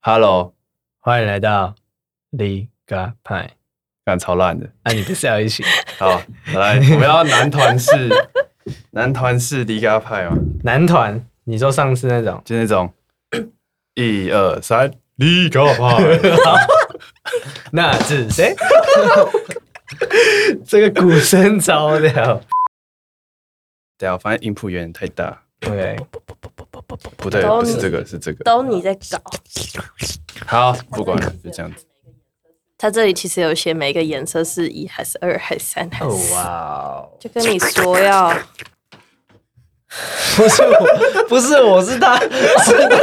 Hello，欢迎来到李嘎派。干超烂的。啊，你不是要一起好，来，我们要男团式，男团式离嘎派嘛，男团？你说上次 那种？就那种一二三离嘎派。那是谁？这个鼓声超屌。对啊，反正音谱有点太大， OK，不对，都不是你这个，是这个。都你在搞。好，不管了，就这样子。它这里其实有写每个颜色是一还是二还是三还哦是四，哇哦！就跟你说要不是我，不是我是他，是他。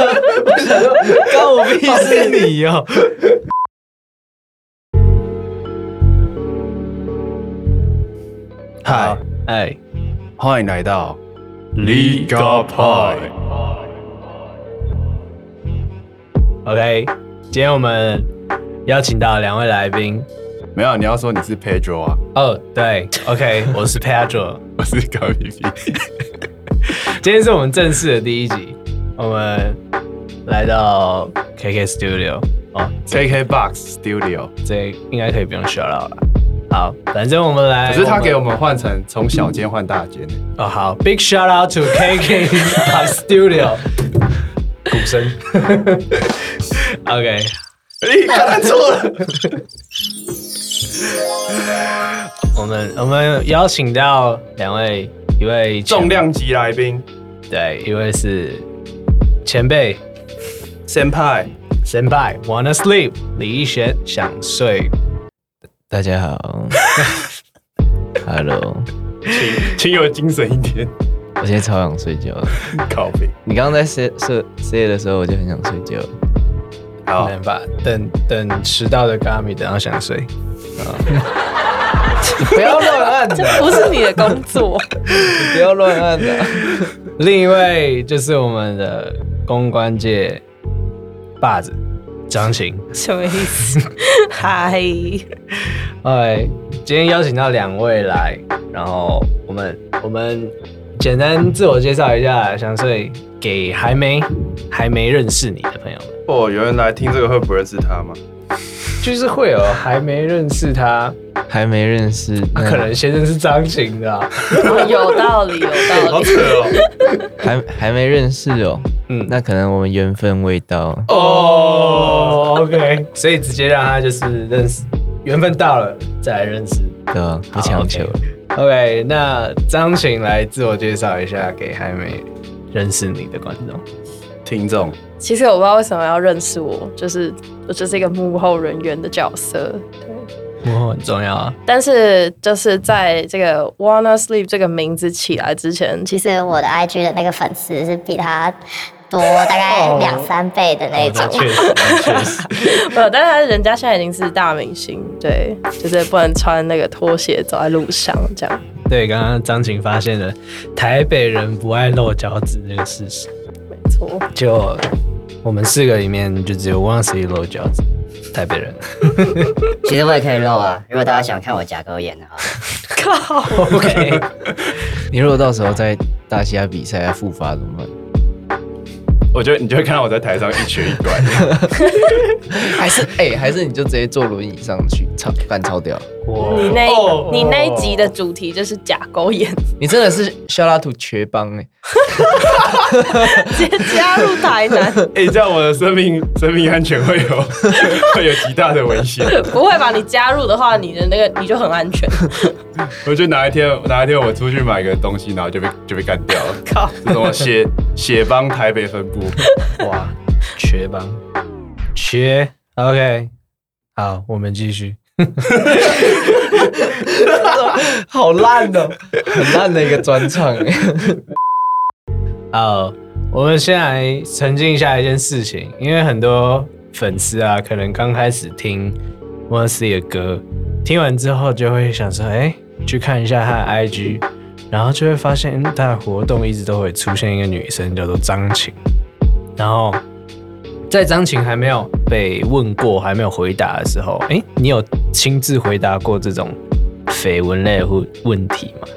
我想说，关我屁事你哦。嗨，哎，欢迎来到离嘎派。 OK，今天我们邀请到两位来宾。没有，啊你要说你是 Pedro 啊，哦，对，OK，我是 Pedro。我是高 P P。今天是我们正式的第一集，我们来到 KK Studio 哦， KKBox Studio，这应该可以不用 shout out 了。好，反正我们来，可是他给我们换成从小间换大 间，哦好，big shout out to KK Studio，鼓声。OK，哎，看错了。我们我们邀请到两位，一位前重量级来宾对，一位是前辈 Senpai，先拜 Wanna Sleep 李一璇想睡。大家 好，Hello， 请请有精神一点，我现在超想睡觉的。靠背。你刚刚在 say 说 say 的时候，我就很想睡觉。好，能吧？哦等等迟到的 Gami 等到想睡，哦 不要乱按这的，不是你的工作，不要乱按的。另一位就是我们的公关界霸子张晴。 什么意思？嗨，哎，今天邀请到两位来，然后我们我们简单自我介绍一下，想睡给还没还没认识你的朋友们。哦，有人来听这个会不认识他吗？就是会有还没认识他，还没认识，他那可能先认识张晴的啊、哦有道理，有道好理。扯哦！还还没认识哦。嗯，那可能我们缘分未到。哦，哦，OK，所以直接让他就是认识，缘分到了再来认识。对吧？不强求好。OK，, 那张晴来自我介绍一下给还没认识你的观众。 听众， 其实我不知道为什么要认识我，就是我就是一个幕后人员的角色。幕后很重要啊，但是就是在这个 Wanna Sleep 这个名字起来之前，其其实实我的 IG 的那个粉丝是比他多大概两三倍的那种。哦确实确实， 没有，但是人家现在已经是大明星，对，就是不能穿那个拖鞋走在路上这样。对，刚刚张晴发现了台北人不爱露脚趾这个事实，没错，就我们四个里面就只有 One C 露脚趾，台北人。啊其实我也可以露啊，如果大家想看我夹沟眼的话，靠！ OK，你如果到时候在大西亚比赛要复发怎么办？我觉得你就会看到我在台上一瘸一 拐。还 是哎、还是你就直接坐轮椅上去，超干超屌。我你那、哦你那一集的主题就是假狗眼， 你真的是肖拉图瘸帮哎、直接加入台南， 哎，这样我的生命生命安全会有 会有极大的危险。不会吧？你加入的话，你的那个你就很安全。我觉得哪一天哪一天我出去买个东西，然后就被就被干掉了。靠！这种血血帮台北分 部，哇，瘸帮，瘸，OK，好，我们继续。 好烂哦、很烂的一个专场哎、好，我们先来沉浸一下一件事情，因为很多粉丝啊，可能刚开始听 One C 的歌，听完之后就会想说，哎、去看一下他的 IG，然后就会发现，嗯，他的活动一直都会出现一个女生叫做张晴，然后在张晴还没有被问过、还没有回答的时候，哎、你有亲自回答过这种绯闻类的问问题吗？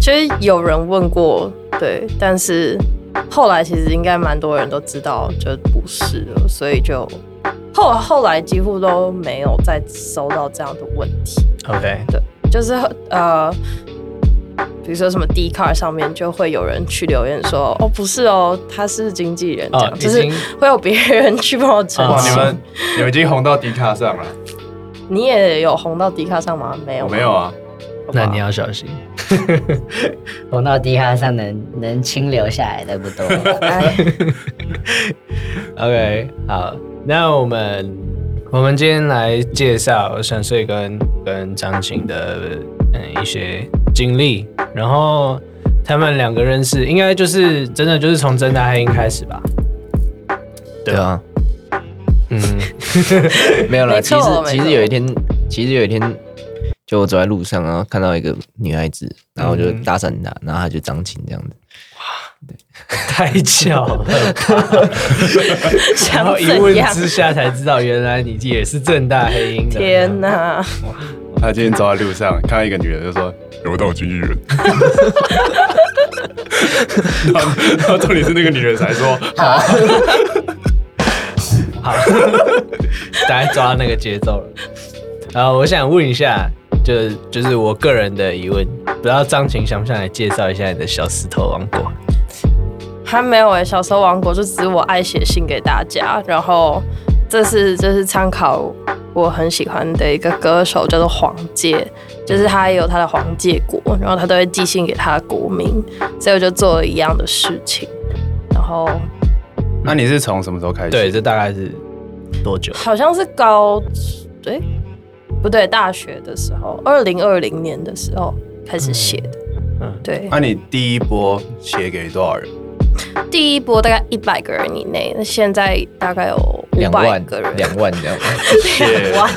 就是有人问过，对，但是后来其实应该蛮多人都知道就不是了，所以就后后来几乎都没有再收到这样的问题。 OK，就是呃，比如说什么 D card 上面就会有人去留言说，哦，不是哦，他是经纪人这样，哦，已就是经会有别人去帮我澄哦啊哇，清。你们你们已经红到迪卡上了，你也有红到 D 卡上吗？没有我吗，没有啊，好吧那你要小心。红到低咖上能能清流下来的不多。哎 OK，好，那我们我们今天来介绍沈穗跟跟张琴的嗯一些经历，然后他们两个认识，应该就是真的就是从真大黑鹰开始 吧？对啊，嗯， 没有啦，没其错实没错其实有一天，其实有一天，就我走在路上，然后看到一个女孩子，然后我就嗯搭讪她，然后她就张琴这样子。太巧了， 然 想后一怎问样？ 之啊下才知道，原来你也是正大黑鹰的。天哪！他今天走在路上看到一个女的，就说有到经纪人。 然后，然后重点是那个女人才说，好，大家抓到那个节奏了。然后我想问一下，就就是我个人的疑问，不知道张琴想不想来介绍一下你的小石头王国？还没有哎、小时候王国就只是我爱写信给大家，然后这是这是参考我很喜欢的一个歌手叫做黄玠，就是他也有他的黄玠国，然后他都会寄信给他的国民，所以我就做了一样的事情，然后那你是从什么时候开始？对，，这大概是多久？好像是高诶，不对，大学的时候，二零二零年的时候开始写的，嗯对，那你第一波写给多少人？第一波大概一百个人以内，那现在大概有五两百万个人，两万这样，谢哇！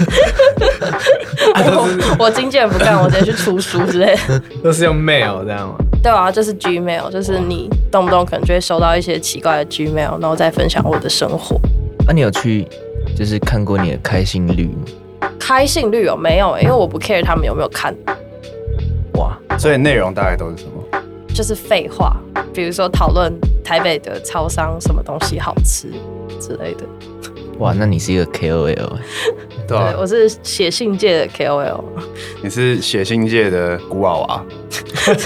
我我经纪人不干，我直接去出书之类的。 都是用 mail 这样吗？对啊，就是 Gmail，就是你动不动可能就会收到一些奇怪的 Gmail，然后再分享我的生活。啊，你有去就是看过你的开心率吗？开信率有没有、因为我不 care 他们有没有看，哇，所以内容大概都是什么？就是废话，比如说讨论台北的超商什么东西好吃之类的。哇，那你是一个 KOL，欸对对啊，我是写信界的 KOL， 你是写信界的古啊娃娃，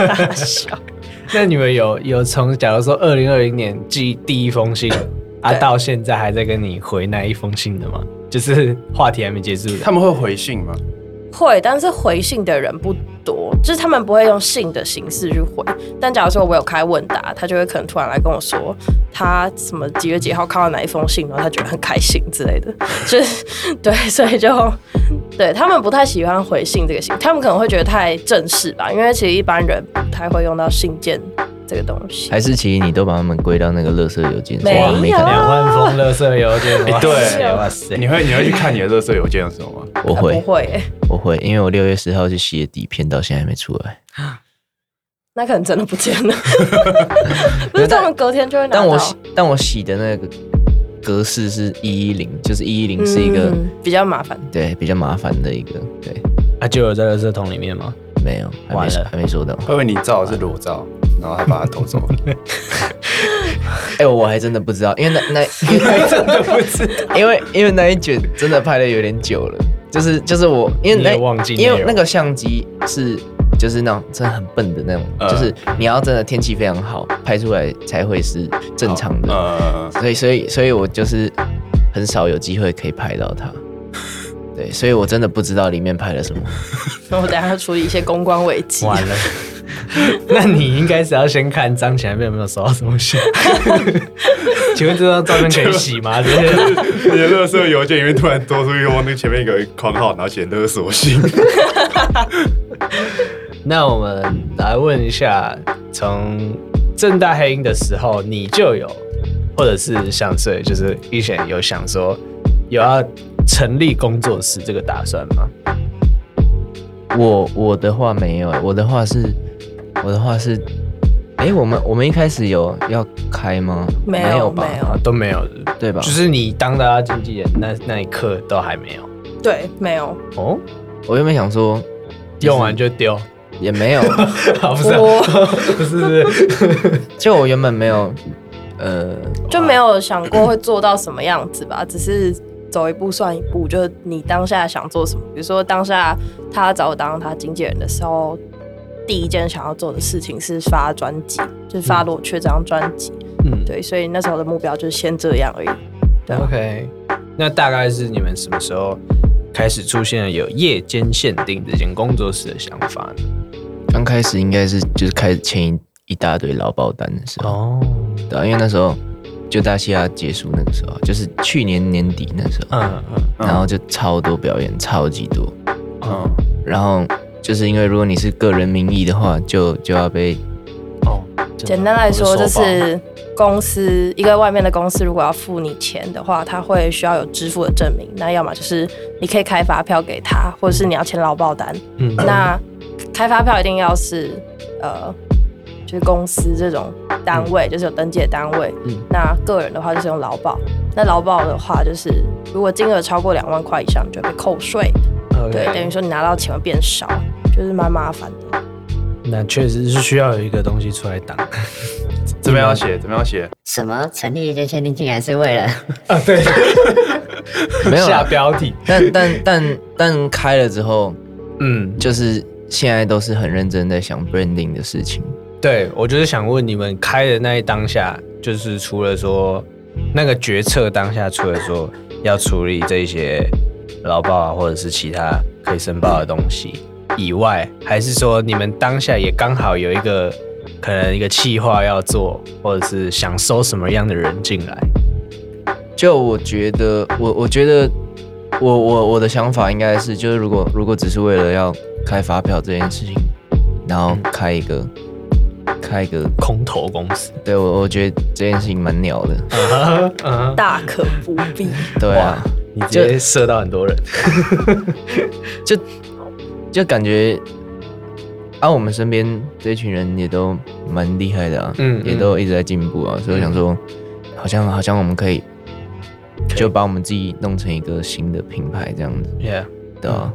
大小那你们有有从假如说二零二零年寄第一封信啊，对到现在还在跟你回那一封信的吗？就是话题还没结束的他。们会回信吗？会，但是回信的人不多，就是他们不会用信的形式去回。但假如说我有开问答，他就会可能突然来跟我说他什么几月几号看到哪一封信，然后他觉得很开心之类的，就是对，所以就对他们不太喜欢回信这个形，他们可能会觉得太正式吧，因为其实一般人不太会用到信件这个东西。还是其实你都把他们归到那个垃圾邮件？没有哇没看到，两万封垃圾邮件， 哇塞对哇塞，你会你会去看你的垃圾邮件的时候吗？我啊不会会欸耶、我会，因为我六月十号去写底片，到现在还没出来。那可能真的不见 了，不是他们隔天就会拿到。但我洗但我洗的那个格式是一一零，就是一一零是一个、嗯比较麻烦。对比较麻烦的一个，对，啊，就有在垃圾桶里面吗？没有，还完没了还没收到。会不会你照的是裸照，然后他把它偷 走了？哎、我还真的不知道，因为 那那因为真的不知道， 因为因为那一卷真的拍的有点久了，就是就是我因为你也那忘记内因容为那个相机是就是那种真的很笨的那种，呃就是你要真的天气非常好，拍出来才会是正常的，呃，所以所以所以我就是很少有机会可以拍到它。对，所以我真的不知道里面拍了什么。然后我等一下要处理一些公关危机。完了， 那你应该是要先看张起来有没有收到什么 信。请问这张照片可以洗吗？这些你的垃圾邮件里面突然多出一个，那前面有一个框号，然后写勒索信。那我们来问一下，从正大黑鹰的时候，你就有，或者是想睡，就是以前有想说有要成立工作室这个打算吗？我我的话没有、欸我的话是，我的话是，哎、我们我们一开始有要开吗？没有吧？没有啊，都没有，是不是对吧？就是你当大家经纪人那那一刻都还没有对，没有，哦，我原本想说， 用完就丢，也没 有，好，不是啊、不是不是，就我原本没有，呃，就没有想过会做到什么样子吧，只是走一步算一步，就是你当下想做什么。比如说当下他找我当他经纪人的时候，第一件想要做的事情是发专辑，就是发罗雀这张专辑。嗯对，所以那时候的目标就是先这样而已。对啊，OK。那大概是你们什么时候开始出现了有夜间限定这间工作室的想法呢？刚开始应该是就是开始签一一大堆劳保单的时候，哦，对啊、因为那时候就大西亚结束那个时候，啊就是去年年底那时候，嗯嗯然后就超多表演，超级多，嗯，然后就是因为如果你是个人名义的话，就就要被哦，简单来说，我就的手吧是公司一个外面的公司，如果要付你钱的话，他会需要有支付的证明。那要么就是你可以开发票给他，或者是你要签劳保单。嗯那开发票一定要是呃，就是公司这种单位，就是有登记的单位。嗯那个人的话就是用劳保。那劳保的话，就是如果金额超过两万块以上，你就会被扣税。对，等于嗯，OK。说你拿到钱会变少，就是蛮麻烦的。那确实是需要有一个东西出来挡。怎么样写？怎么样写？ 什么成立一间限定，竟然是为了啊， 对，没有下啦，标题。但但但但开了之后，嗯，就是现在都是很认真在想 branding 的事情。对，我就是想问你们开的那一当下，就是除了说那个决策当下，除了说要处理这些劳保啊，或者是其他可以申报的东西以外，还是说你们当下也刚好有一个可能一个企划要做，或者是想收什么样的人进来？就我觉得，我我觉得，我我我的想法应该是，就是如果如果只是为了要开发票这件事情，然后开一个、开一个，空投公司，对我我觉得这件事情蛮鸟的， 嗯哼，大可不必。 对啊，你直接射到很多人，就感觉啊，我们身边这群人也都蛮厉害的啊，嗯也都一直在进步啊，所以我想说，好像好像我们可以就把我们自己弄成一个新的品牌这样子， yeah。对啊。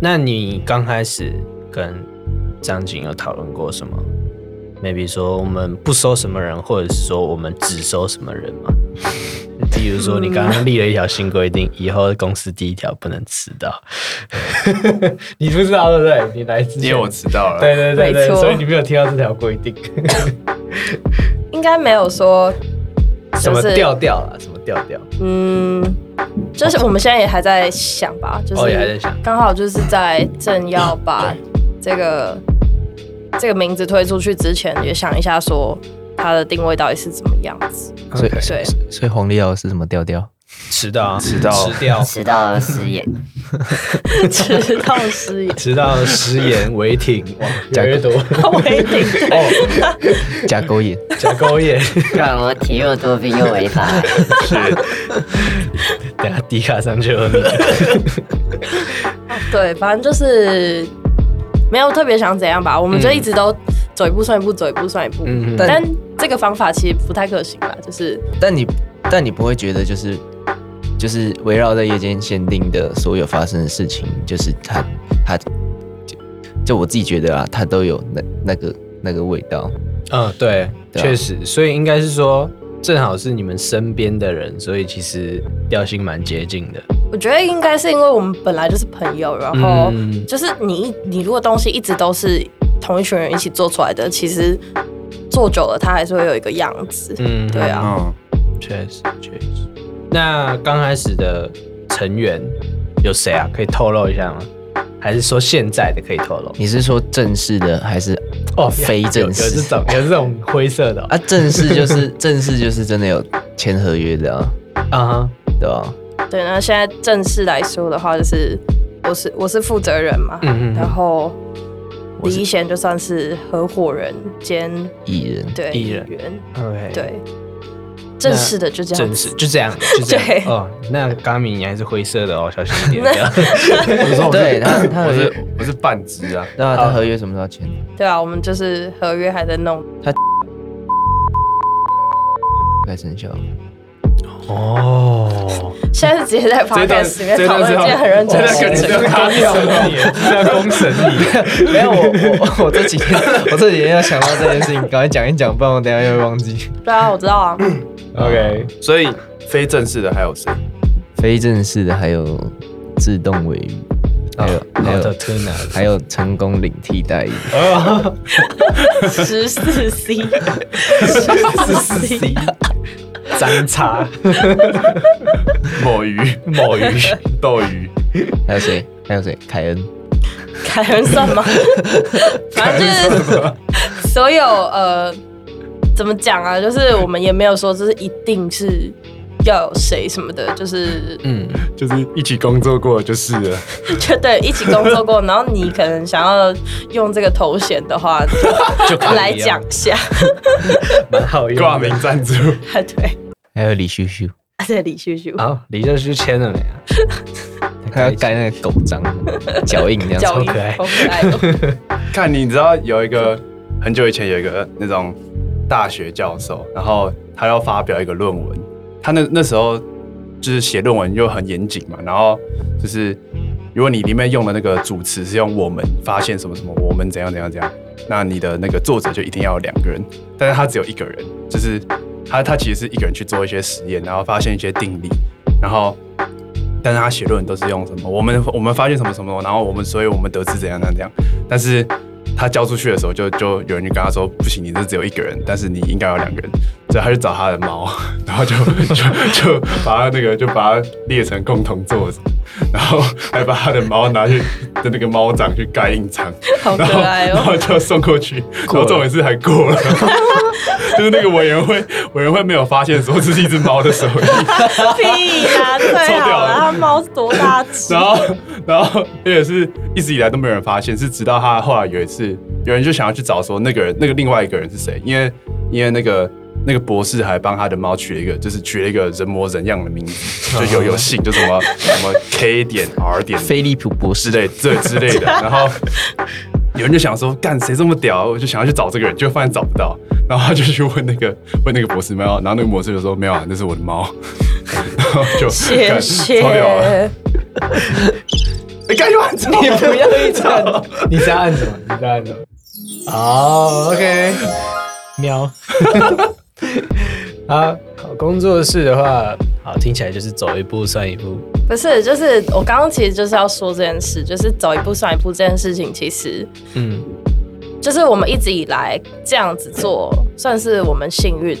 那你刚开始跟张景有讨论过什么？maybe 说我们不收什么人，或者是说我们只收什么人吗？ 比如说你刚刚立了一条新规定，以后公司第一条不能迟到。 你不知道对不对？你来之前因为我知道了，对对对对，没错所以你没有听到这条规定， 应该没有说，什么就是调调啊，什么调调？嗯，就是我们现在也还在想吧，就哦，也还在是想。刚好就是在正要把这个这个名字推出去之前，也想一下说它的定位到底是怎么样 子。所以嗯 OK 对，所以黄历老师什么调调？迟到啊，迟到迟 掉，迟到失 言？迟到失言，迟到食言 违停，哇，越来越多， 违停。加勾眼，加勾眼。看我体弱多病又违法， 等下迪卡上就有你。对，反正就是没有特别想怎样吧，我们就一直都走一步算一步，走一步算一步。嗯但但这个方法其实不太可行啦，就是但你但你不会觉得就是就是围绕在夜间限定的所有发生的事情，就是它它就就我自己觉得啊，它都有那那个那个味道。嗯，对，对啊确实，所以应该是说，正好是你们身边的人，所以其实调性蛮接近的。我觉得应该是因为我们本来就是朋友，然后嗯就是你你如果东西一直都是同一群人一起做出来的，其实做久了它还是会有一个样子。嗯，对啊嗯，确实确实。那刚开始的成员有谁啊？可以透露一下吗？还是说现在的可以透露？你是说正式的还是哦非正有有这式？ 种有这种灰色的哦啊，正式就是 正式就是真的有签合约的啊，啊哈，对吧？对，那现在正式来说的话，就是我是我是负责人嘛，嗯嗯嗯然后我李是一贤就算是合伙人兼艺人对艺艺人员，哎，OK，，对，正式的就这样正子式。就这样，就这对样。哦，那刚米你还是灰色的哦，小心 一点。我说我是对他他我有是我是半只啊，对啊，他合约什么时候签？对啊，我们就是合约还在弄，该生效了。哦，现在是直接在这段 podcast 里面这讨段论是一要件很认真的这段肯定事 情是。要卡掉你是 要公审你，没有，我我我这几天 我这几天要想到这件事情，赶快讲一讲，不然我等一下又会忘记。对啊，我知道啊。 OK，所以非正式的还有谁？非正式的还有自动尾鱼，还有还好的有 tuna，还有成功领替代役，十四 C，十 四 C，沾茶某鱼、 某鱼、斗鱼，还有谁？还有谁？凯恩。凯恩算 吗？反正就是所有呃，怎么讲啊？就是我们也没有说这是一定是要有谁什么的，就是嗯就是一起工作过就是 了。就 对一起工作过，然后你可能想要用这个头衔的话， 就可以啊来讲一下，蛮好用的挂名。赞 助，对，还有李秀秀，而且李旭旭 好，李正书签 了没啊？他要盖那个狗章， 脚印这样教子育超可爱好可爱哦， 看你知道有一个很久以前有一个那种大学教授，然后他要发表一个论文，他那那时候就是写论文又很严谨嘛，然后就是如果你里面用的那个主词是用我们发现什么什么，我们怎样怎样怎样，那你的那个作者就一定要有两个人，但是他只有一个人，就是他他其实是一个人去做一些实验，然后发现一些定理，然后。但是他写论文都是用什么？我们我们发现什么什么，然后我们所以我们得知怎样怎样怎样。但是他交出去的时候就，就有人就跟他说：“不行，你这只有一个人，但是你应该有两个人。”所以他就找他的猫， 然后就就就把他那个就把它列成共同作者，然后还把他的猫拿去的那个猫掌去盖印章，好然可后爱然哦。后就送过去，然后重点是还过了，就是那个委员会委员会没有发现说这是一只猫的手印。屁啦，最好啦，它猫多大只然？后，然后那也是一直以来都没有人发现，是直到他后来有一次，有人就想要去找说那个人，那个另外一个人是谁，因为因为那个那个博士还帮他的猫取了一个，就是取了一个人模人样的名字，就有有姓，就什么什么 K 点 R 点菲利普博之士，类这之类的，然后。有人就想说，干谁这么屌？我就想要去找这个人，就发现找不到，然后他就去问那个问那个博士没有，然后那个博士就说没有啊，那是我的猫， 然后就谢干超屌啊的谢。你干完之后，你不 要一直按，你在按什么？你在按什么？哦、o k 喵。啊， 好工作室的话，好听起来就是走一步算一步。不是，就是我刚刚其实就是要说这件事，就是走一步算一步这件事情，其实嗯，就是我们一直以来这样子做，算是我们幸运。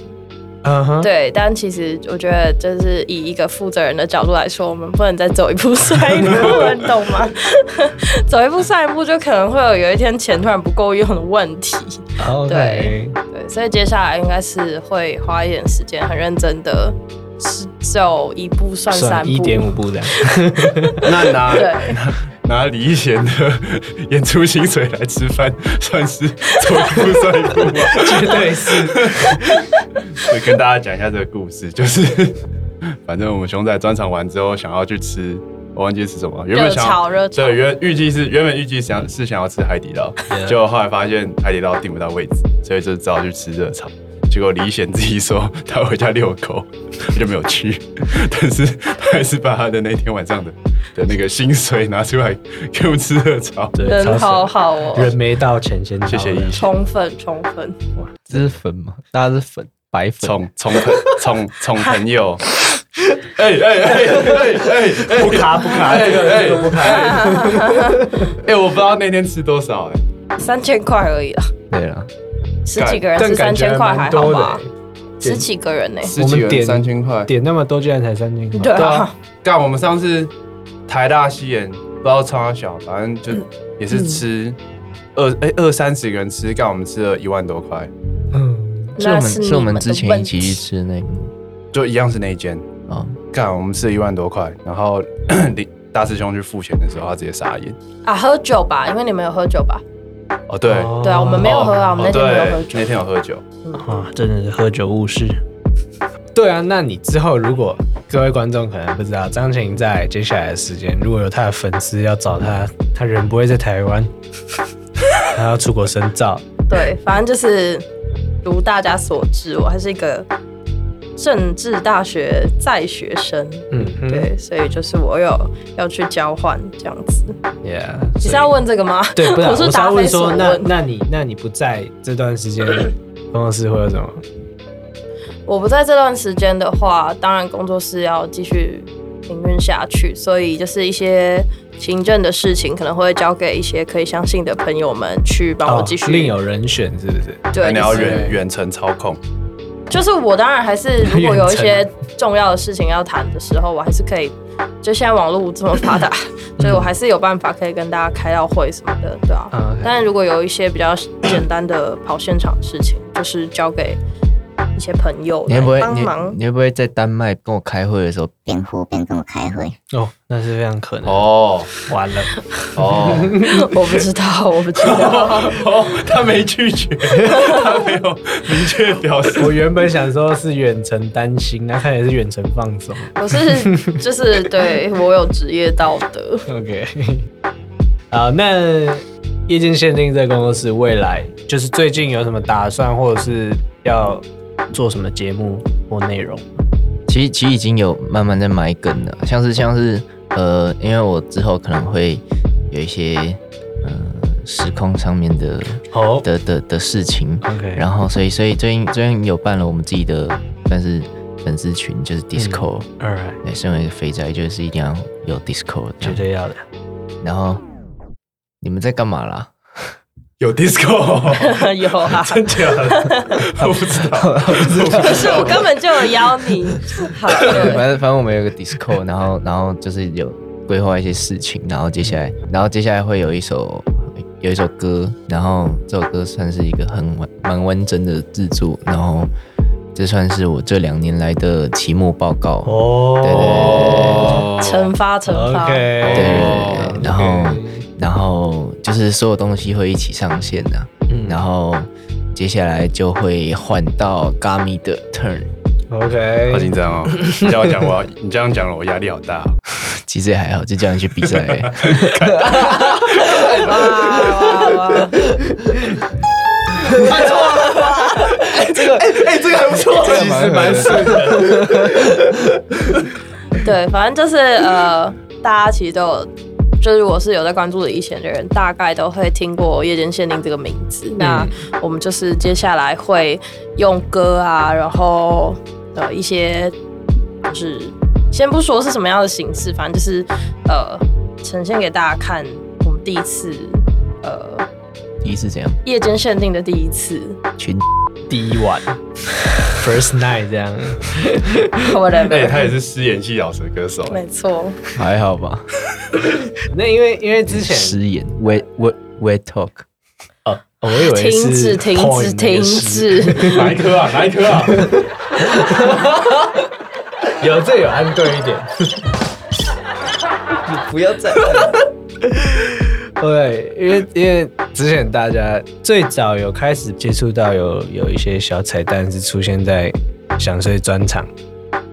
嗯哼，对，但其实我觉得，就是以一个负责人的角度来说，我们不能再走一步算一步，你懂吗？走一步算一步，就可能会有有一天钱突然不够用的问题。 ，OK，对，所以接下来应该是会花一点时间，很认真的，是走一步算三算步，一点五 步的。那 拿对拿拿李易贤的 演出薪水来吃饭，算是走一步算一步吗？绝对是。对，跟大家讲一下这个故事， 就是反正我们熊仔专场完之后，想要去吃，我忘记吃什么，原本热想潮要。热潮对，。原预计是原本预计想是想要吃海底捞， Yeah 结果后来发现海底捞订不到位置，所以就只好去吃热炒。结果李显自己说他回家遛狗， 我就没有去。 但是他还是把他的那天晚上的的那个薪水拿出来给我们吃热炒。 对，超人神好好哦，人没到，钱先到。谢谢易贤，充分充分，这是粉吗？大家是粉，白粉。宠宠朋宠宠朋友。哎哎哎哎哎哎！不卡不卡，这个这个不卡。哎，我不知道那天吃多少哎。三千块而已啦，对啊了，十几个人吃三感觉千块还蛮好多吧的？，欸十几个人呢、十我几们个人点三千块，点那么多，居然才三千块。对对啊啊，，干我们上次台大西演，不知道超他小，反正就也是吃二哎、二三十个人吃，干我们吃了一万多块，嗯，啊是我那们是是我你们的之前问一起去题吃那个吗就一样是那一间，哦，干我们吃了一万多块，然后 李大师兄去付钱的时候，他直接傻眼。啊，喝酒吧，因为你们有喝酒吧？哦，对，哦对啊，我们没有喝啊，我们那对天没有喝，酒。那天有喝酒，啊，真的是喝酒误事。对啊，那你之后如果各位观众可能不知道，张晴在接下来的时间，如果有他的粉丝要找他，他人不会在台 湾，他要出国深造。对，反正就是如大家所知，我还是一个政治大学在学生，嗯哼，对，所以就是我有要去交换这样子。 ，Yeah，你所以是要问这个吗？对，不然 我是是答要非问所说，那问。那你那你不在这段时间，工作室会有什么？我不在这段时间的话，当然工作室要继续营运下去，所以就是一些行政的事情可能会交给一些可以相信的朋友们去帮哦我继续。哦另有人选是不是？那对，哎你要就是远远程操控，就是我当然还是，如果有一些重要的事情要谈的时候，我还是可以。就现在网络这么 发达，所以我还是有办法可以跟大家开到会什么的，对啊。嗯，OK 但如果有一些比较简单的跑现场的事情，就是交给一些朋友你会不会来帮你忙。你会不会在丹麦跟我开会的时候边哭边跟我开会。哦，那是非常可能。哦完了， 哦 我不知道，我不知 道。哦，他没拒绝，他没有明确表示。我原本想说是远程担心，那看也是远程放松。我是就是对我有职业道德， OK，好，那夜间限定这个工作室未来就是最近有什么打算，或者是要做什么节目或内容？其实其实已经有慢慢在埋梗了，像是像是呃，因为我之后可能会有一些呃时空上面的哦嗯的的的事情， ，OK，然后所以所以最近最近有办了我们自己的算是粉丝群，就是 Discord，、二来对，身为一个肥宅就是一定要有 Discord，绝这样对要的。然后你们在干嘛啦？有 disco， 有啊。真假的？我不知道，可是我根 本就有邀你，好对，对 反正反正我们有一个 disco，然后然后就是有规划一些事情，然后接下来然后接下来会有一首有一首歌，然后这首歌算是一个很完蛮完整的制作，然后这算是我这两年来的期末报告。哦，对对哦，惩罚惩罚。对 OK，对对，然后 OK 然后就是所有东西会一起上线的、嗯然后接下来就会换到 Gami 的 turn，好 OK，紧张 哦！你这样讲我，你这样讲了，我压力好大哦。其实也还好，就这样去比赛 而已。哇哇哇！这个蛮蛮 对，反正就是呃，大家其实都有，就是如果是有在关注的一线的人，大概都会听过夜间限定这个名字。那我们就是接下来会用歌啊，然后呃一些就是先不说是什么样的形式，反正就是呃呈现给大家看我们第一次呃第一次这样。夜间限定的第一次群第一晚，First Night 这样。 哎， ，whatever，他也是饰演系老师的歌手，没错。还好吧？那因为因为之前失言，we we we talk，我以为停止，是停 point 那止，停个诗，止。哪一科啊？哪一科 啊？ 有这有按对一点。 不要 再对，因为因为之前大家最早有开始接触到有有一些小彩蛋是出现在想睡专场，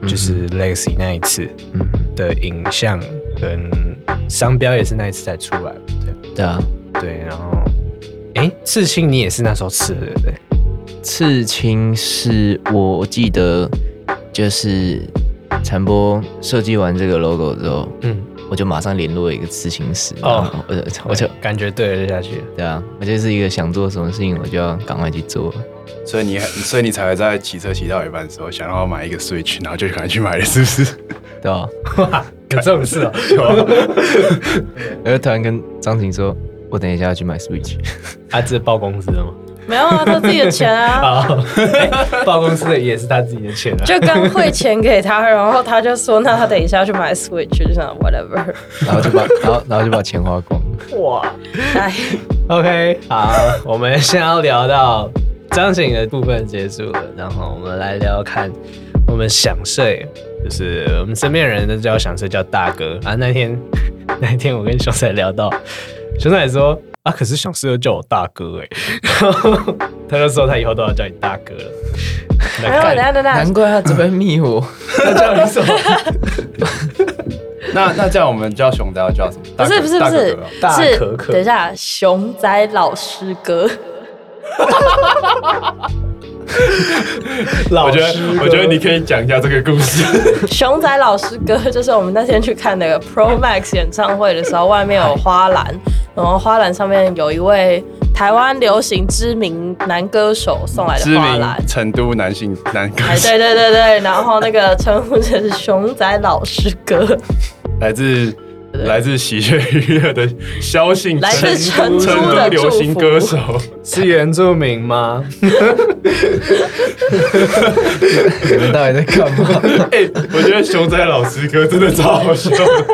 就是 Legacy 那一次嗯，的影像跟商标也是那一次才出来，对对啊，对，然后哎，刺青你也是那时候刺的，对不对？刺青是我记得就是传播设计完这个 logo 之后，嗯，我就马上联络一个刺青师，哦哦，我就我就感觉对了就下去了。对啊，我就是一个想做什么事情我就要赶快去做，所以你，所以你才会在骑车骑到一半的时候，想要买一个 Switch，然后就赶快去买了，是不 是？对啊，有这种事哦、有 啊然后突然跟张婷说，我等一下要去买 Switch，他啊这是报公司的吗？没有啊，他自己的 钱啊，啊、诶报公司的也是他自己的钱啊。 就刚汇钱给他，然后他就说，那他等一下去买 Switch，就想 whatever。然后就把然后然后就把钱花光，哇哎， ，OK，好，我们先要聊到张景的部分结束了，然后我们来聊看我们想睡，就是我们身边人都叫想睡叫大哥啊。那天 那一天我跟熊仔聊到，熊仔说啊，可是想睡又叫我大哥哎、 然后他就说他以后都要叫你大哥了。那哎没有，等一干下等一下难，怪他这边迷我。他叫你什么？那那这样我们叫熊仔要叫什么？不是不是不大哥是哥哦，大是可可等一下，熊仔老师哥，我老觉师哦得哥 我觉得你可以讲一下这个故 事。 熊仔老师哥就是我们那天去看那个 Pro Max 演唱会的时候，外面有花篮，然后花篮上面有一位台湾流行知名男歌手送来知的花篮名。成都男性男歌哎，手，对对对对，然后那个称呼就是熊仔老师哥， 来自来自喜鹊娱乐的萧敬来自成成都成都的流祝行福歌手，是原住民吗？ 你们到底在干嘛？ 哎，我觉得熊仔老师哥真的超好笑的，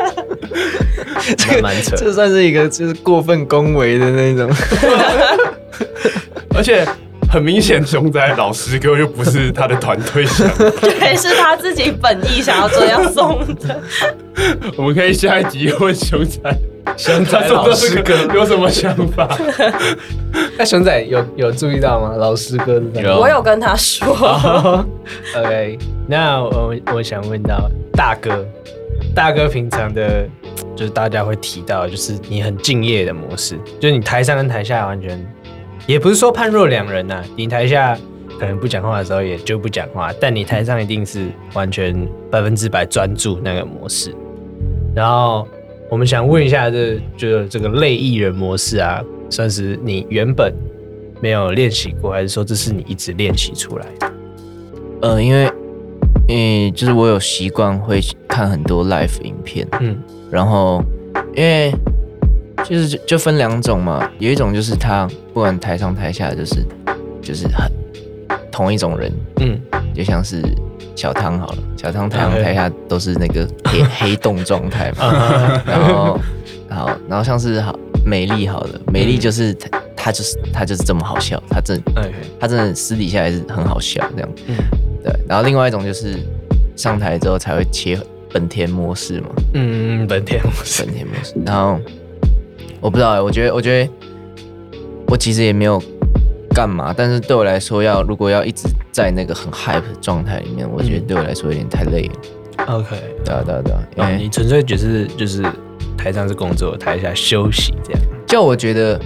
那蛮扯这算是一个就是过分恭维的那种。而且很明显，熊仔老师哥又不是他的团队想，对，是他自己本意想要这样送的。我们可以下一集问熊仔。熊仔老师哥 有什么想法？ 那熊仔有有注意到吗？老师哥的有我有跟他说， OK，那我我想问到大哥，大哥平常的，就是大家会提到，就是你很敬业的模式，就是你台上跟台下完全，也不是说判若两人呐、啊你台下可能不讲话的时候也就不讲话，但你台上一定是完全百分之百专注那个模式。然后我们想问一下这，就是这个类艺人模式啊，算是你原本没有练习过，还是说这是你一直练习出来的？ 呃，因为，嗯、就是我有习惯会看很多 live 影片，嗯。然后因为就是就就分两种嘛，有一种就是他不管台上台下就是就是很同一种人，嗯，就像是小汤好了，小汤台上嗯台下都是那个 黑黑洞状态嘛啊，然后然后然后像是好美丽好了，美丽就是嗯她她就是她就是这么好笑，她真哎，她真的私底下也是很好笑这样，嗯对，然后另外一种就是上台之后才会切本田模式嘛，嗯，本田模式本田模式。然后我不知道欸，我觉得，我觉得我其实也没有干嘛，但是对我来说要，如果要一直在那个很 hype 的状态里面，我觉得对我来说有点太累了。 ，OK，对啊，对啊，对啊，因哦，为你纯粹只是就是台上是工作，台下休息这样，就我觉得，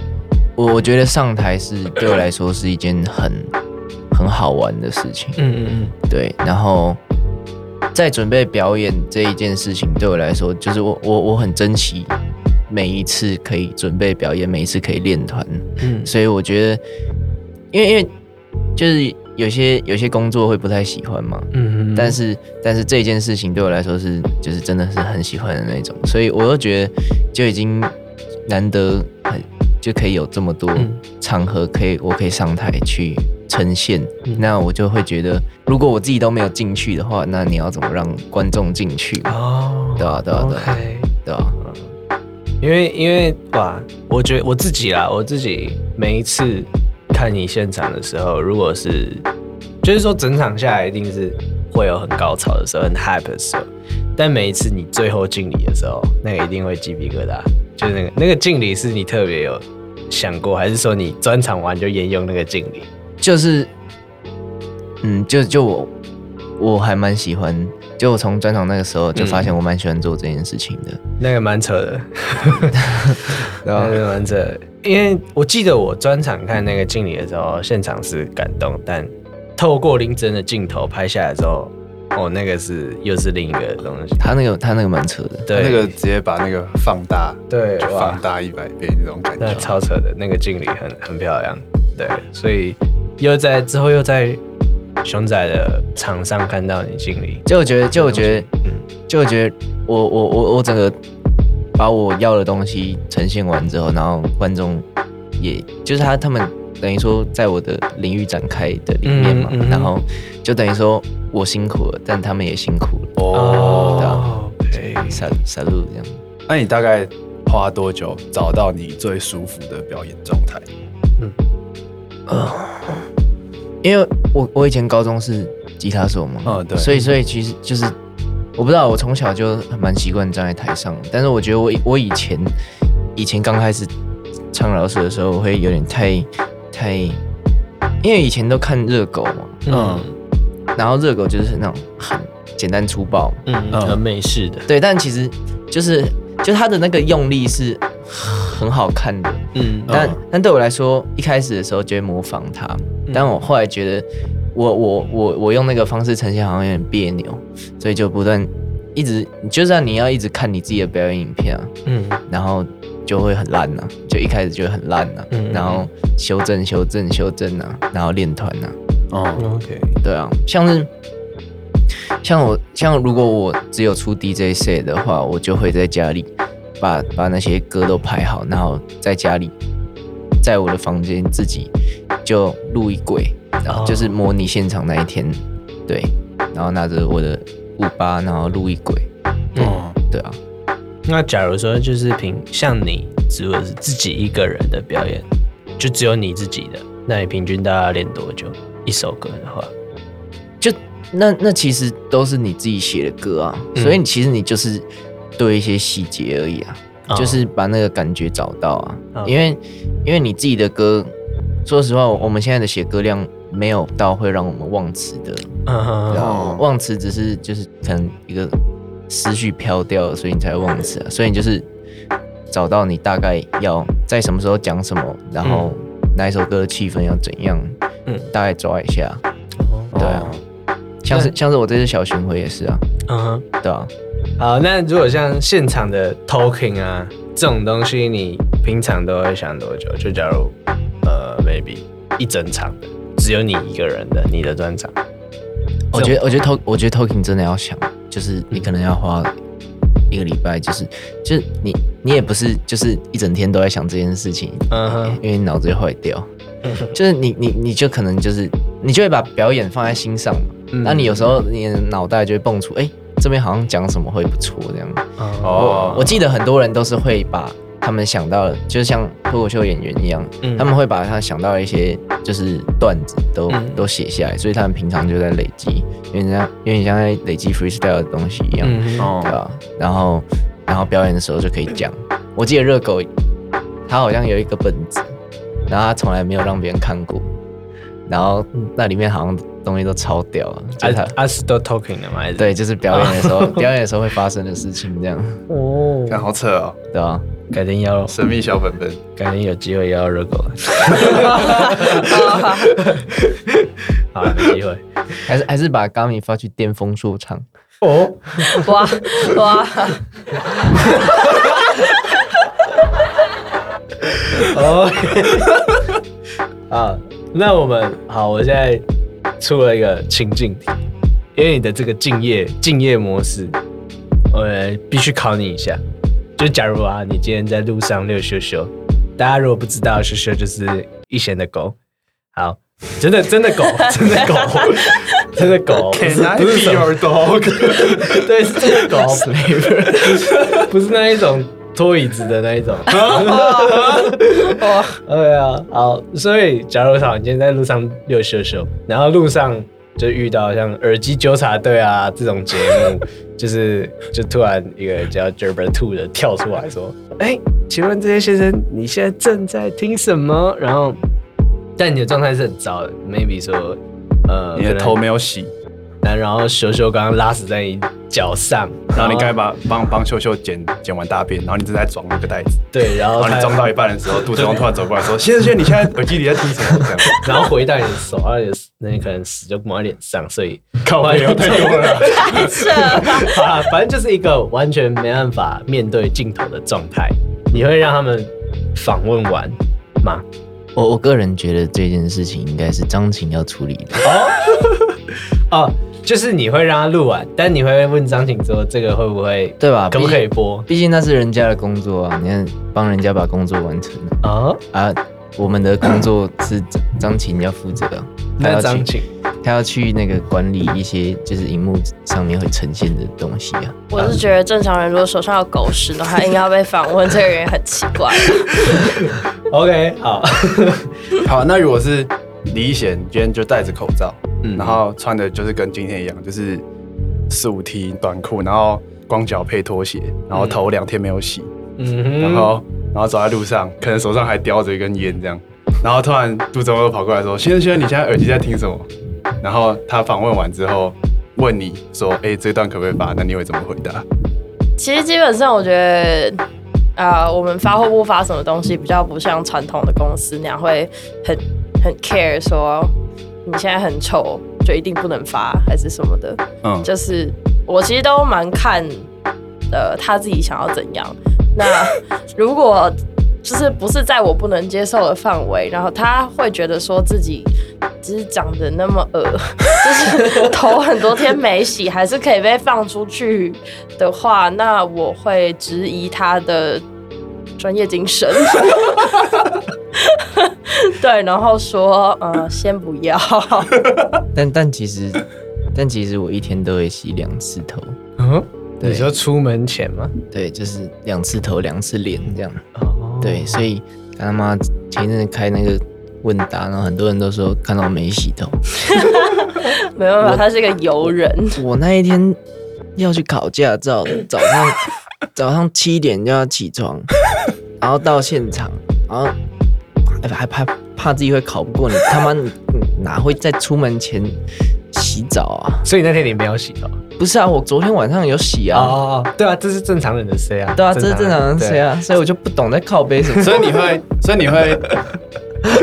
我我觉得上台是对我来说是一件很很好玩的事情。嗯嗯对，然后在准备表演这一件事情，对我来说，就是我我我很珍惜每一次可以准备表演，每一次可以练团，嗯所以我觉得，因为因为就是有些有些工作会不太喜欢嘛，嗯嗯，但是是但是这件事情对我来说是就是真的是很喜欢的那种，所以我又觉得就已经难得很就可以有这么多嗯场合可以我可以上台去呈现，嗯那我就会觉得如果我自己都没有进去的话，那你要怎么让观众进去？哦，对啊对啊对啊 OK 对吧、因为因为哇，我觉得我自己啦，我自己每一次看你现场的时候，如果是就是说整场下来一定是会有很高潮的时候，很 happy 的时候，但每一次你最后敬礼的时候，那个一定会鸡皮疙瘩，就是那个那个敬礼是你特别有想过，还是说你专场完就沿用那个敬礼？就是，嗯，就就我我还蛮喜欢，就我从专场那个时候嗯就发现我蛮喜欢做这件事情的，那个蛮扯的，对啊那个蛮扯的。因为我记得我专场看那个敬礼的时候，现场是感动，但透过林真的镜头拍下来之后，哦，那个是又是另一个东西。他那个他那个蛮扯的，对，那个直接把那个放大，对就哇放，大一百倍那种感那觉。超扯的，那个敬礼很很漂亮。对，所以又在之后又在熊仔的场上看到你敬礼，就我觉得，就我觉得，嗯就我觉得我，我我我整个把我要的东西呈现完之后，然后观众也就是他他们等于说在我的领域展开的里面嘛，嗯嗯嗯然后就等于说我辛苦了，但他们也辛苦了，哦，对，傻傻路这样。那你大概花多久找到你最舒服的表演状态？因为我我以前高中是吉他手嘛，哦嗯对所以所以其实就是我不知道，我从小就蛮习惯站在台上，但是我觉得我以我以前以前刚开始唱饶舌的时候，我会有点太太，因为以前都看热狗嘛，嗯然后热狗就是那种很简单粗暴，嗯，很美式的，对，但其实就是就他的那个用力是很好看的，嗯嗯但但对我来说，一开始的时候就会模仿他，但我后来觉得我我我我用那个方式呈现好像有点别扭，所以就不断一直，就算你要一直看你自己的表演影片啊，嗯，然后就会很烂呐、啊就一开始就会很烂呐、啊嗯嗯嗯然后修正修正修正呐、啊然后练团呐、哦， OK，对啊，像是像我像如果我只有出 DJ set 的话，我就会在家里把把那些歌都排好，然后在家里在我的房间自己就录一轨，然哦后就是模拟现场那一天，对，然后拿着我的五八，然后录一轨，嗯哦，对啊，那假如说就是凭像你如果是自己一个人的表演，就只有你自己的，那你平均大概练多久一首歌的话？就那那其实都是你自己写的歌啊，嗯所以你其实你就是对一些细节而已啊，哦就是把那个感觉找到啊，哦因为因为你自己的歌，说实话，我们现在的写歌量没有到会让我们忘词的，嗯哼对哼，啊，忘词只是就是可能一个思绪飘掉了，所以你才会忘词啊，所以你就是找到你大概要在什么时候讲什么，然后哪一首歌的气氛要怎样，嗯大概抓一下，哦对啊。像是像是我这次小巡回也是啊，嗯哼。对啊，好，那如果像现场的 talking 啊这种东西，你平常都会想多久？就假如呃，maybe 一整场的只有你一个人的你的专场，我觉得我觉得 talk 我觉得 talking 真的要想，就是你可能要花一个礼拜，就是就是你你也不是就是一整天都在想这件事情，嗯哼，因为你脑子会坏 掉，就是你你你就可能就是你就会把表演放在心上嘛，嗯那你有时候你的脑袋就会蹦出，哎、这边好像讲什么会不错这样。哦我记得很多人都是会把他们想到的，就像脱口秀演员一样，嗯他们会把他想到的一些就是段子都、嗯都写下来，所以他们平常就在累积，有点像有点像在累积 freestyle 的东西一样，嗯哼，对哦，吧？然后然后表演的时候就可以讲。我记得热狗，他好像有一个本子，然后他从来没有让别人看过，然后那里面好像东西都超屌了，就是他阿。阿是都 talking 的嘛？还是，对，就是表演的时候，表演的时候会发生的事情，这样，看好扯哦，对吧、啊改天要神秘小本 本，改天有机会要热 狗来，好了，没机会。还是还是把 Gami 发去巅峰说唱，哦，哇哇，哦， 啊，那我们好，我现在出了一个情境题，因为你的这个敬业敬业模式，我们必须考你一下。就假如啊，你今天在路上遛羞羞，大家如果不知道羞羞就是一贤的狗，好，真的真的狗， 真的狗，真的狗，不是不是什么 dog？对，是真的狗， 不是那一种拖椅子的那一种。 对啊，好，所以假如说你今天在路上遛羞羞，然后路上就遇到像耳机纠察队啊这种节目，就是就突然一个叫 Gerber Two 的跳出来说：“哎、请问这些先生，你现在正在听什么？”然后，但你的状态是很糟的，maybe 说，呃， 你的可能头没有洗，然后羞羞刚刚拉屎在你脚上，然后你该把帮帮秀秀剪剪完大便，然后你正在装那个袋子，对，然后然后他你装到一半的时候，杜子龙突然走过来说：“先生，先生，你现在耳机里在听什么？”这样， 然后回到你的手，然后你的那你可能屎就抹在脸上，所 以靠完没有全太多了。太扯了吧！好啦，啊反正就是一个完全没办法面对镜头的状态。你会让他们访问完吗？我我个人觉得这件事情应该是张琴要处理的。哦，就是你会让他录完，但你会问张景说这个会不会对吧可不可以毕播？毕竟那是人家的工作啊，你看帮人家把工作完成啊，啊。我们的工作是张张琴要负责啊，他那要张去景他要去那个管理一些就是荧幕上面会呈现的东西啊。我是觉得正常人如果手上有狗屎，然后还硬要被访问，这个人也很奇怪。 ，OK，好， 好，那如果是李显，今天就戴着口罩，嗯然后穿的就是跟今天一样，就是四五 T 短裤，然后光脚配拖鞋，然后头两天没有洗，嗯哼，然后然后走在路上，可能手上还叼着一根烟这样，然后突然杜总又跑过来说：“先生，先生，你现在耳机在听什么？”然后他访问完之后问你说：“哎、这段可不可以发？”那你会怎么回答？其实基本上，我觉得，啊、我们发或不发什么东西，比较不像传统的公司那样会很很 care 说你现在很丑，就一定不能发还是什么的，嗯，就是我其实都蛮看呃他自己想要怎样。那如果就是不是在我不能接受的范围，然后他会觉得说自己只是长得那么恶， 就是头很多天没洗，还是可以被放出去的话，那我会质疑他的专业精神。对，然后说，呃，先不要。 但但其实，但其实我一天都会洗两次头，嗯，对你说出门前吗？对，就是两次头两次脸这样。哦，对，所以他妈前一阵子开那个问答，然后很多人都说看到我没洗头。没办法，他是个游人。我那一天要去考驾照，早上早上七点就要起床，然后到现场，然后还还怕怕自己会考不过你，他妈你你哪会在出门前洗澡啊？所以那天你没有洗头。不是啊，我昨天晚上有洗啊。哦，对啊，这是正常人的 C 啊。对啊，这是正常人对谁啊？所以我就不懂在靠背什么。 所以你会，所以你会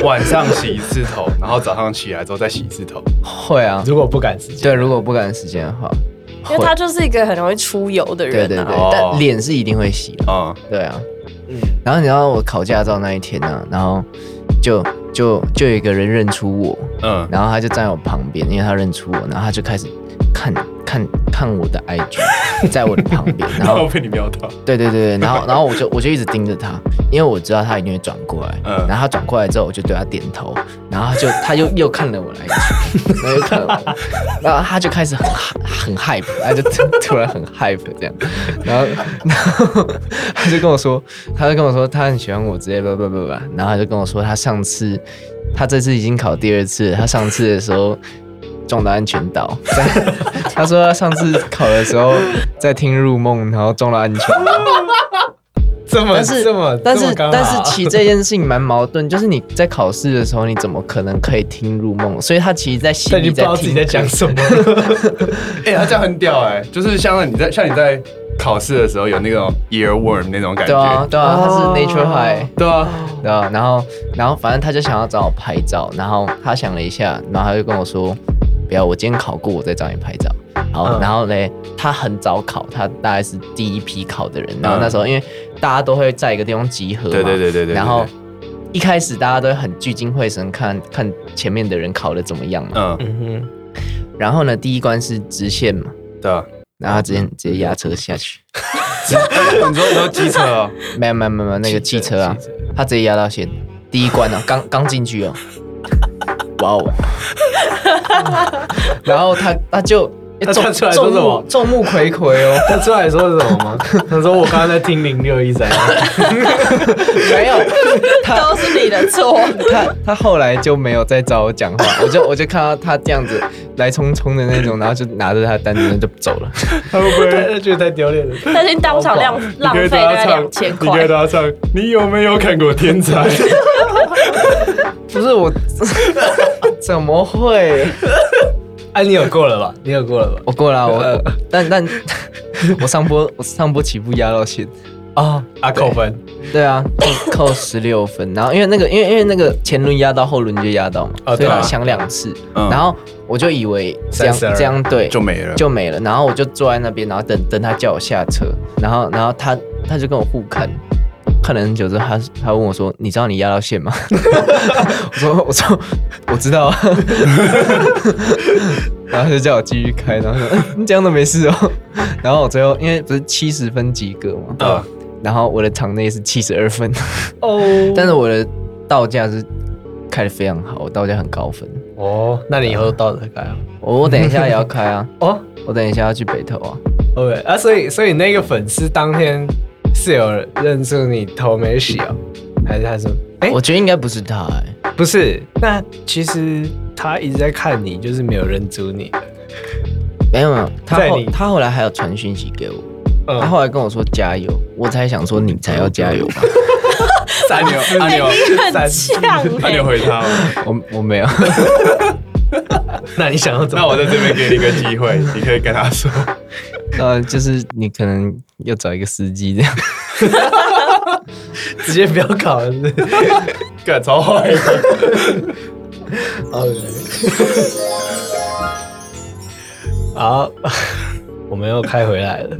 晚上洗一次头，然后早上起来之后再洗一次头。会啊，如果不赶时间，对，如果不赶时间的话，因为他就是一个很容易出油的人对啊。对对哦，但脸是一定会洗的。嗯，对啊，嗯然后你知道我考驾照那一天呢、然后就就就有一个人认出我，嗯，然后他就站我旁边，因为他认出我，然后他就开始看看看我的 IG，在我的旁边，然然后后被你瞄到，对对对，对然后然后我就我就一直盯着他，因为我知道他一定会转过来，嗯然后他转过来之后，我就对他点头，然后他就他又又看了我来一句，然后又看了我，然后他就开始很很 hype，他就突突然很 hype 这样，然后然后他就跟我说，他就跟我说他很喜欢我之类叭叭叭叭，然后他就跟我说他上次他这次已经考第二次了，他上次的时候。撞到安全岛， 他说他上次考的时候在听入梦，然后撞到安全岛。这么但是这么，但这么啊是刚好但是其实这件事情蛮矛盾，就是你在考试的时候，你怎么可能可以听入梦？所以他其实，在心但你里不知道自己听在讲什么。哎、他这样很屌哎、就是像你在像你在考试的时候有那种 earworm 那种感觉，对啊，对啊，他是 Nature High，对啊，对啊，然后然后反正他就想要找我拍照，然后他想了一下，然后他就跟我说，不要，我今天考过，我再找你拍照。然后、嗯然后嘞，他很早考，他大概是第一批考的人。然后嗯那时候因为大家都会在一个地方集合嘛，对对对对对对然后一开始大家都会很聚精会神看看前面的人考的怎么样嘛。嗯，嗯哼，然后呢，第一关是直线嘛，对啊。然后他直嗯接直接压车下去， 你说你说机车哦，嗯没有没有没有没有那个汽车啊汽车，他直接压到线，第一关哦，刚刚 进去哦，哇哦，然后他他就哎他众站出来说众什目么众目睽睽哦，他出来说什么吗？他说我刚刚在听零六一三，没有，他 都是你的错。他他后来就没有再找我讲话，我就我就看到他这样子来匆匆的那种，然后就拿着他的单子就走 了。他会不会觉得太丢脸了？他已经当场 浪浪费大概两千你块跟，他唱，你有没有看过《天 才》？不是我， 怎么会？哎，你有过了吧？你有过了吧？我过了 啊，我我但但我上坡我上坡起步压到线，哦，啊，扣分，对啊，扣扣十六分，然后因为那个因为因为那个前轮压到后轮就压到嘛，哦所对以啊他响两次，嗯然后我就以为这样三十二这样对就没了就没了，然后我就坐在那边，然后等等他叫我下车，然后然后他他就跟我互看。看了很久之后，他他问我说：“你知道你压到线吗？” 我说：“我说我知道。”啊。 然后他就叫我继续开，然后说：“ 嗯你这样都没事哦。”然后我最后因为不是七十分及格嘛，嗯然后我的场内是七十二分，哦，但是我的道价是开的非常好，我道价很高分。哦，那你以后到这开啊？我我等一下也要开啊，哦我等一下要去北投啊。 ，OK，啊，所以所以那个粉丝当天是有认出你头没洗哦，还是他说，哎，我觉得应该不是他、欸，不是，那其实他一直在看你，就是没有认出你。没有没有，他在后你他后来还有传讯息给我，嗯他后来跟我说加油，我才想说你才要加油 吧，按 钮啊按钮哎很呛按钮欸。回他哦。我我没有， 那你想要 怎么？那我在这边给你一个机 会，你可以跟他说， 呃，就是你可能要找一个司机 这样，直接不要考了是不是。干超坏的。 OK 好，我们又开回来了。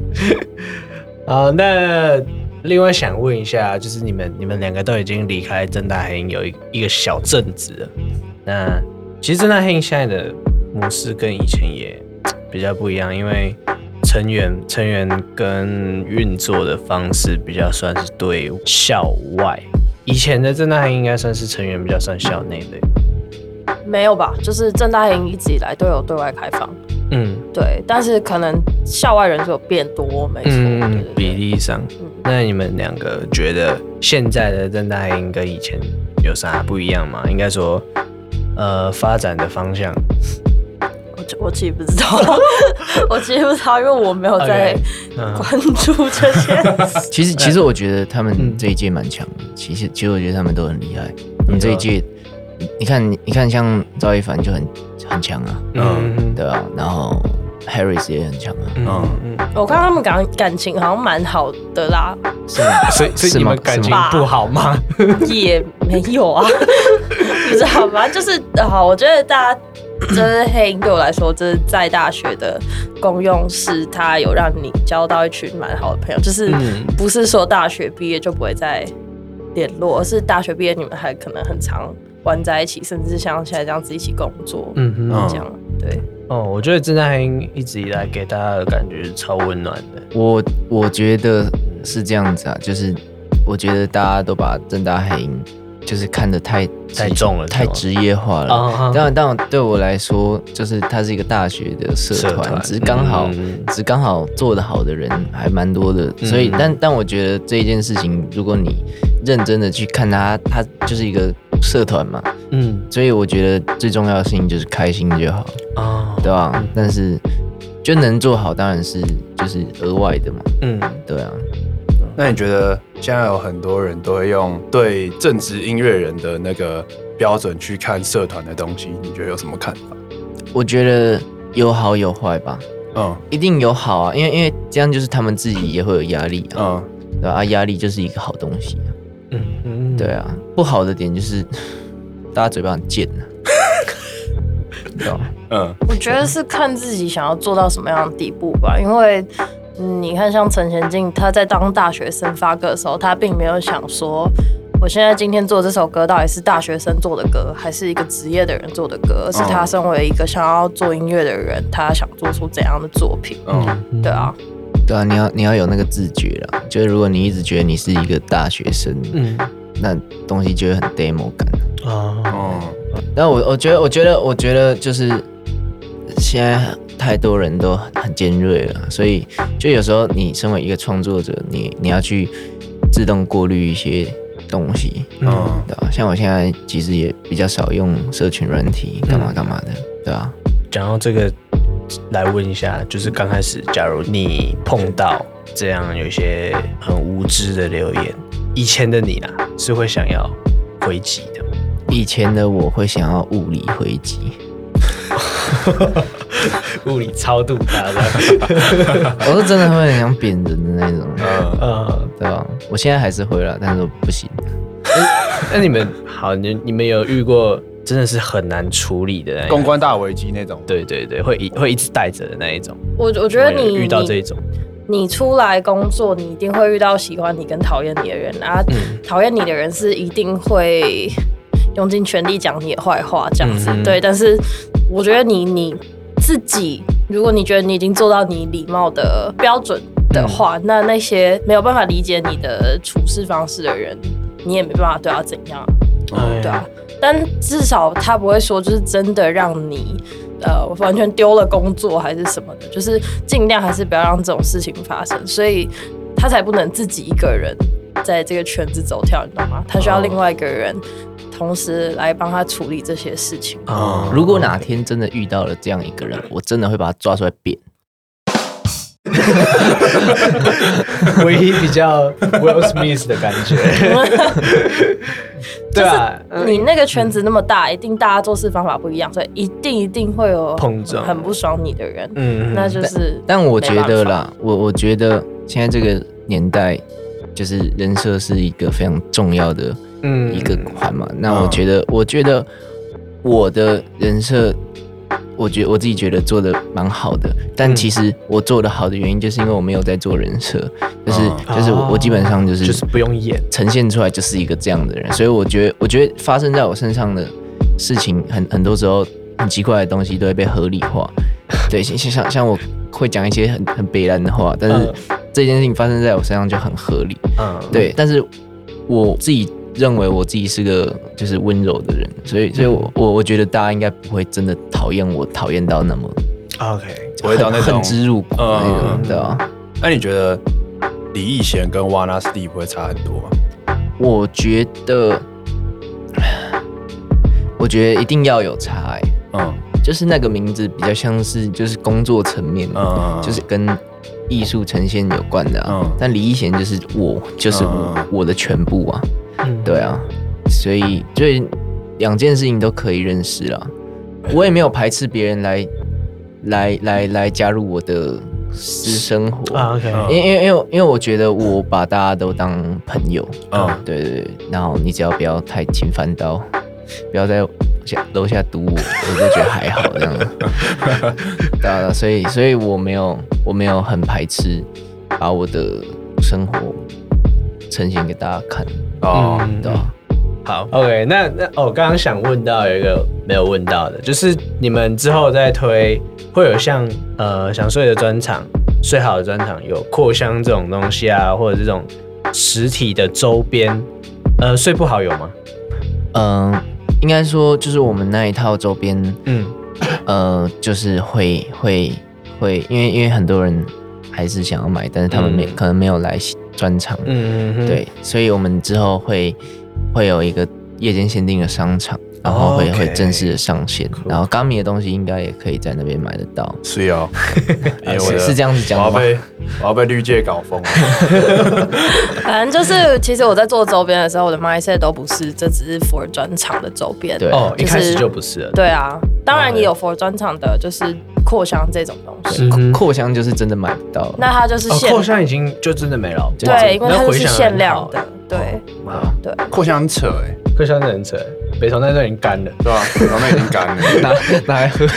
好，那另外想问一下，就是你们你们两个都已经离开正大黑鹰有一一个小阵子了。那其实正大黑鹰现在的模式跟以前也比较不一样，因为成员成员跟运作的方式比较算是对校外。以前的正大黑鹰应该算是成员比较算校内的，没有吧？就是正大营一直以来都有对外开放，嗯，对，但是可能校外人数有变多，没错，对嗯对，对比例上。那你们两个觉得现在的正大营跟以前有啥不一样吗？应该说，呃，发展的方向。我其我其实不知道， 我其实不知道，因为我没有在 OK，嗯关注这些。 其实其实我觉得他嗯们这一届蛮强的，其实其实我觉得他们都很厉害。他们这一没错届，你你看你看像赵一凡就很很强啊，嗯对啊，然后 Harris 也很强啊，嗯，我看他们感感情好像蛮好的啦，是啊吗？所以所以是你吗们感是情吗吧不好吗？也没有啊， 你知道吗？就是好，我觉得大家。就是黑鹰对我来说，就是在大学的功用是它有让你交到一群蛮好的朋友，就是嗯不是说大学毕业就不会再联络，而是大学毕业你们还可能很常玩在一起，甚至像现在这样子一起工作，嗯，嗯哼，嗯这样对。哦，我觉得正大营一直以来给大家的感觉是超温暖的。我我觉得是这样子啊，就是我觉得大家都把正大黑鹰就是看得太太重了太是吗职业化了。啊当然，当然，对我来说，就是它是一个大学的社社团团，只是刚好嗯，只是刚好做得好的人还蛮多的，嗯所以，但但我觉得这一件事情，如果你认真的去看它，它就是一个社团嘛，嗯所以我觉得最重要的事情就是开心就好，啊，对吧、但是就能做好，当然是就是额外的嘛，嗯对啊， 那你觉得现在有很多人都会用对正职音乐人的那个标准去看社团的东西，你觉得有什么看法？我觉得有好有坏吧，嗯一定有好啊，因为因为这样就是他们自己也会有压力啊，嗯，对吧啊，压力就是一个好东西啊、嗯嗯，对啊，不好的点就是 大家嘴巴很贱啊，啊你知道吗？嗯我觉得是看自己想要做到什么样的地步吧，因为。嗯你看，像陈贤进，他在当大学生发歌的时候，他并没有想说，我现在今天做这首歌到底是大学生做的歌，还是一个职业的人做的歌，而是他身为一个想要做音乐的人，他想做出怎样的作品？嗯哦对啊，对啊，你要你要有那个自觉啦，就是如果你一直觉得你是一个大学生，嗯那东西就会很 demo 感。啊，嗯但我我觉得我觉得我觉得就是现在太多人都很很尖锐了，所以就有时候你身为一个创作者，你你要去自动过滤一些东西，嗯，对吧、像我现在其实也比较少用社群软体，干嘛干嘛的，对吧、讲到这个，来问一下，就是刚开始，假如你碰到这样有一些很无知的留言，以前的你啊，是会想要回击的吗。以前的我会想要物理回击，物理超度他的，我是真的会很想扁人的那种， 嗯嗯呃，对吧、我现在还是会了，但是我不行。那你们好，你你们有遇过真的是很难处理的那一种公？关大危机那种，对对对，会一会一直带着的那一种。我我觉得有你遇到这一种，你出来工作，你一定会遇到喜欢你跟讨厌你的人啊。嗯讨厌你的人是一定会用尽全力讲你的坏话，这样子、嗯哼对。但是我觉得你你自己，如果你觉得你已经做到你礼貌的标准的嗯话，那那些没有办法理解你的处事方式的人，你也没办法对他怎样。嗯对啊，，但至少他不会说就是真的让你呃完全丢了工作还是什么的，就是尽量还是不要让这种事情发生，所以他才不能自己一个人在这个圈子走跳，你懂吗？他需要另外一个人同时来帮他处理这些事情。啊如果哪天真的遇到了这样一个人，我真的会把他抓出来扁。唯一比较 Will Smith 的感 觉，对啊，你那个圈子那么大，一定大家做事方法不一样，所以一定一定会有碰撞很不爽你的人，嗯那就是但我觉得没办法，啦，我我觉得现在这个年代，就是人设是一个非常重要的嗯一个环嘛。那我觉得，我觉得我的人设我觉我自己觉得做的蛮好的，但嗯其实我做的好的原因，就是因为我没有在做人设，就是、嗯就是我我基本上就是就是不用演。呈现出来就是一个这样的人，所以我觉得我觉得发生在我身上的事情很很多时候很奇怪的东西都会被合理化，对，像像像我会讲一些很很悲然的话，但是嗯这件事情发生在我身上就很合理，嗯，对，但是我自己认为我自己是个就是温柔的人，所以所以我我我觉得大家应该不会真的讨厌我，讨厌到那么，OK，不会到那很种恨。之入骨嗯那种，对啊。那你觉得李易贤跟 Wana Steve 会差很多吗？我觉得， 我觉得一定要有差、欸，嗯就是那个名字比较像是就是工作层面的，嗯，就是跟艺术呈现有关的啊。嗯但李易贤就是我，就是我、嗯我的全部啊，嗯对啊，所以所以两件事情都可以认识啦。哎我也没有排斥别人来来来来加入我的私生活啊，OK，嗯因因为因为因为我觉得我把大家都当朋友，嗯嗯，对对对，然后你只要不要太侵犯到，不要在下楼下堵我，我就觉得还好这 样。对啊，对啊所以所以我没有我没有很排斥把我的生活呈现给大家看，哦，嗯对吧、好，OK，那那哦，刚刚想问到有一个没有问到的，就是你们之后再推会有像呃想睡的专场、睡好的专场有扩香这种东西啊，或者这种实体的周边，呃，睡不好有吗？嗯，应该说就是我们那一套周边，嗯，呃，就是会会会，因为因为很多人还是想要买，但是他们没、嗯可能没有来专场，嗯嗯，对，所以我们之后会会有一个夜间限定的商场，然后会哦 OK 会正式的上线 Cool 然后刚米的东西应该也可以在那边买得到，是 哦，因为我是的是这样子我讲要的吗？被我要被绿界搞疯了。反正就是，其实我在做周边的时候，我的 mindset 都不是，这只是 for 专场的周边。对哦，一就是开始就不是了，对啊，当然也有 for 专场的，就是扩香这种东西。嗯哼扩香就是真的买不到了，那它就是哦，限、扩香已经就真的没了，哇对，因为那它就回是响限很量好的，对哇，对。 扩香很扯哎，扩香真的很扯，北投那段已经干了。对啊吧？然后 那已经干了。 拿拿来喝。啊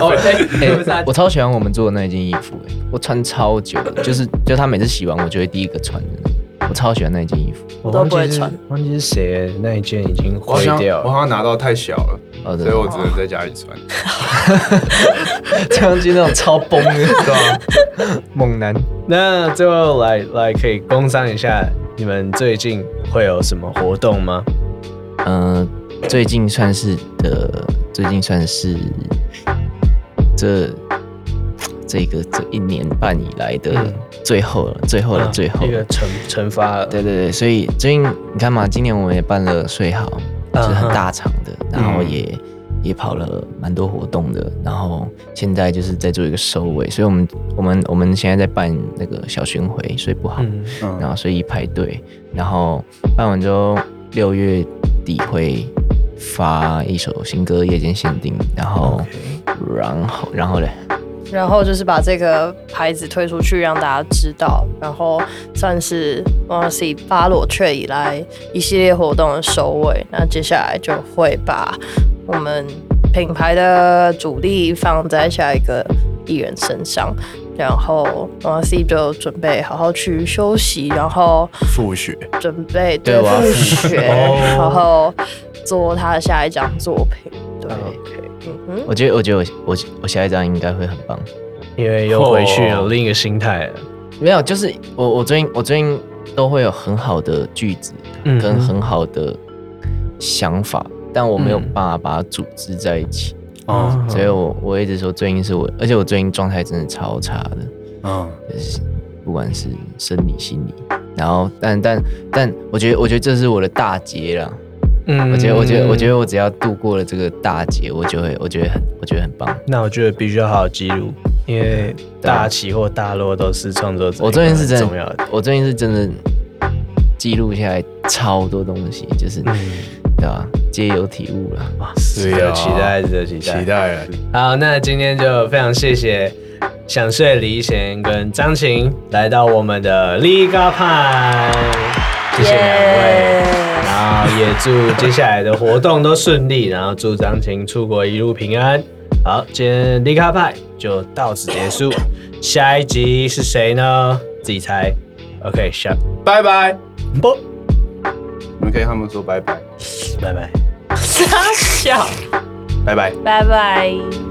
哦， 对，哎不是啊我超喜欢我们做的那件衣服、哎我穿超久的，就是就他每次洗完，我就会第一个穿的那个。我超喜欢那件衣服。我都不会忘记是穿忘记是谁那一件已经我好灰像掉我了。好像拿到太小了，哦，真所以的我只能在家里穿。 这样就那种超崩的， 对啊，猛男。那最后来来可以工商一下，你们最近会有什么活动吗？嗯，最近算是的，最近算是这这个这一年半以来的嗯啊最后了，最后了，最后一个了。惩惩罚，对对对，所以最近你看嘛，今年我们也办了睡好，就嗯是很大场的，然后嗯也、也跑了蛮多活动的，然后现在就是在做一个收尾，所以我们我们我们现在在办那个小巡回，睡不好，嗯，然嗯，后所以排队，然后办完之后六月底会发一首新歌《夜间限定》，然后然后然后嘞，然后就是把这个牌子推出去，让大家知道，然后算是嗯 w a n s 巴罗雀以来一系列活动的收尾。那接下来就会把嗯我们品牌的主力放在下一个艺人身上，然后 w a n s 就准备好好去休息，然后 复学准备对对我要复学，哦然后做他的下一张作品。对，嗯哼。我觉得我觉得我我我下一张应该会很棒。因为又回去有另一个心态了。没有，就是我我最近我最近都会有很好的句子嗯跟很好的想法，但我没有办法把它组织在一起，哦，所以我我一直说最近是我，而且我最近状态真的超差的。嗯就是不管是生理、心理，然后但但但我觉得我觉得这是我的大劫了。嗯哦我觉得我觉得我觉得我只要度过了这个大劫，我就会我觉得很我觉得很棒。那我觉得必须要好好记录，因为大起或大落都是创作者我最近是真一个很重要的的，，我最近是真的记录下来超多东西，就是、嗯对吧、皆有体悟了。是值啊得期待，值得期待，期待了。好，那今天就非常谢谢想睡李一贤跟张晴来到我们的 Liga 派，谢谢两位。耶然那也祝接下来的活动都顺利，然后祝张晴出国一路平安。好，今天离卡派就到此结束，下一集是谁呢？自己猜。OK，下拜拜。不，你们可以跟他们说拜拜，拜拜。 傻笑，拜拜。拜拜。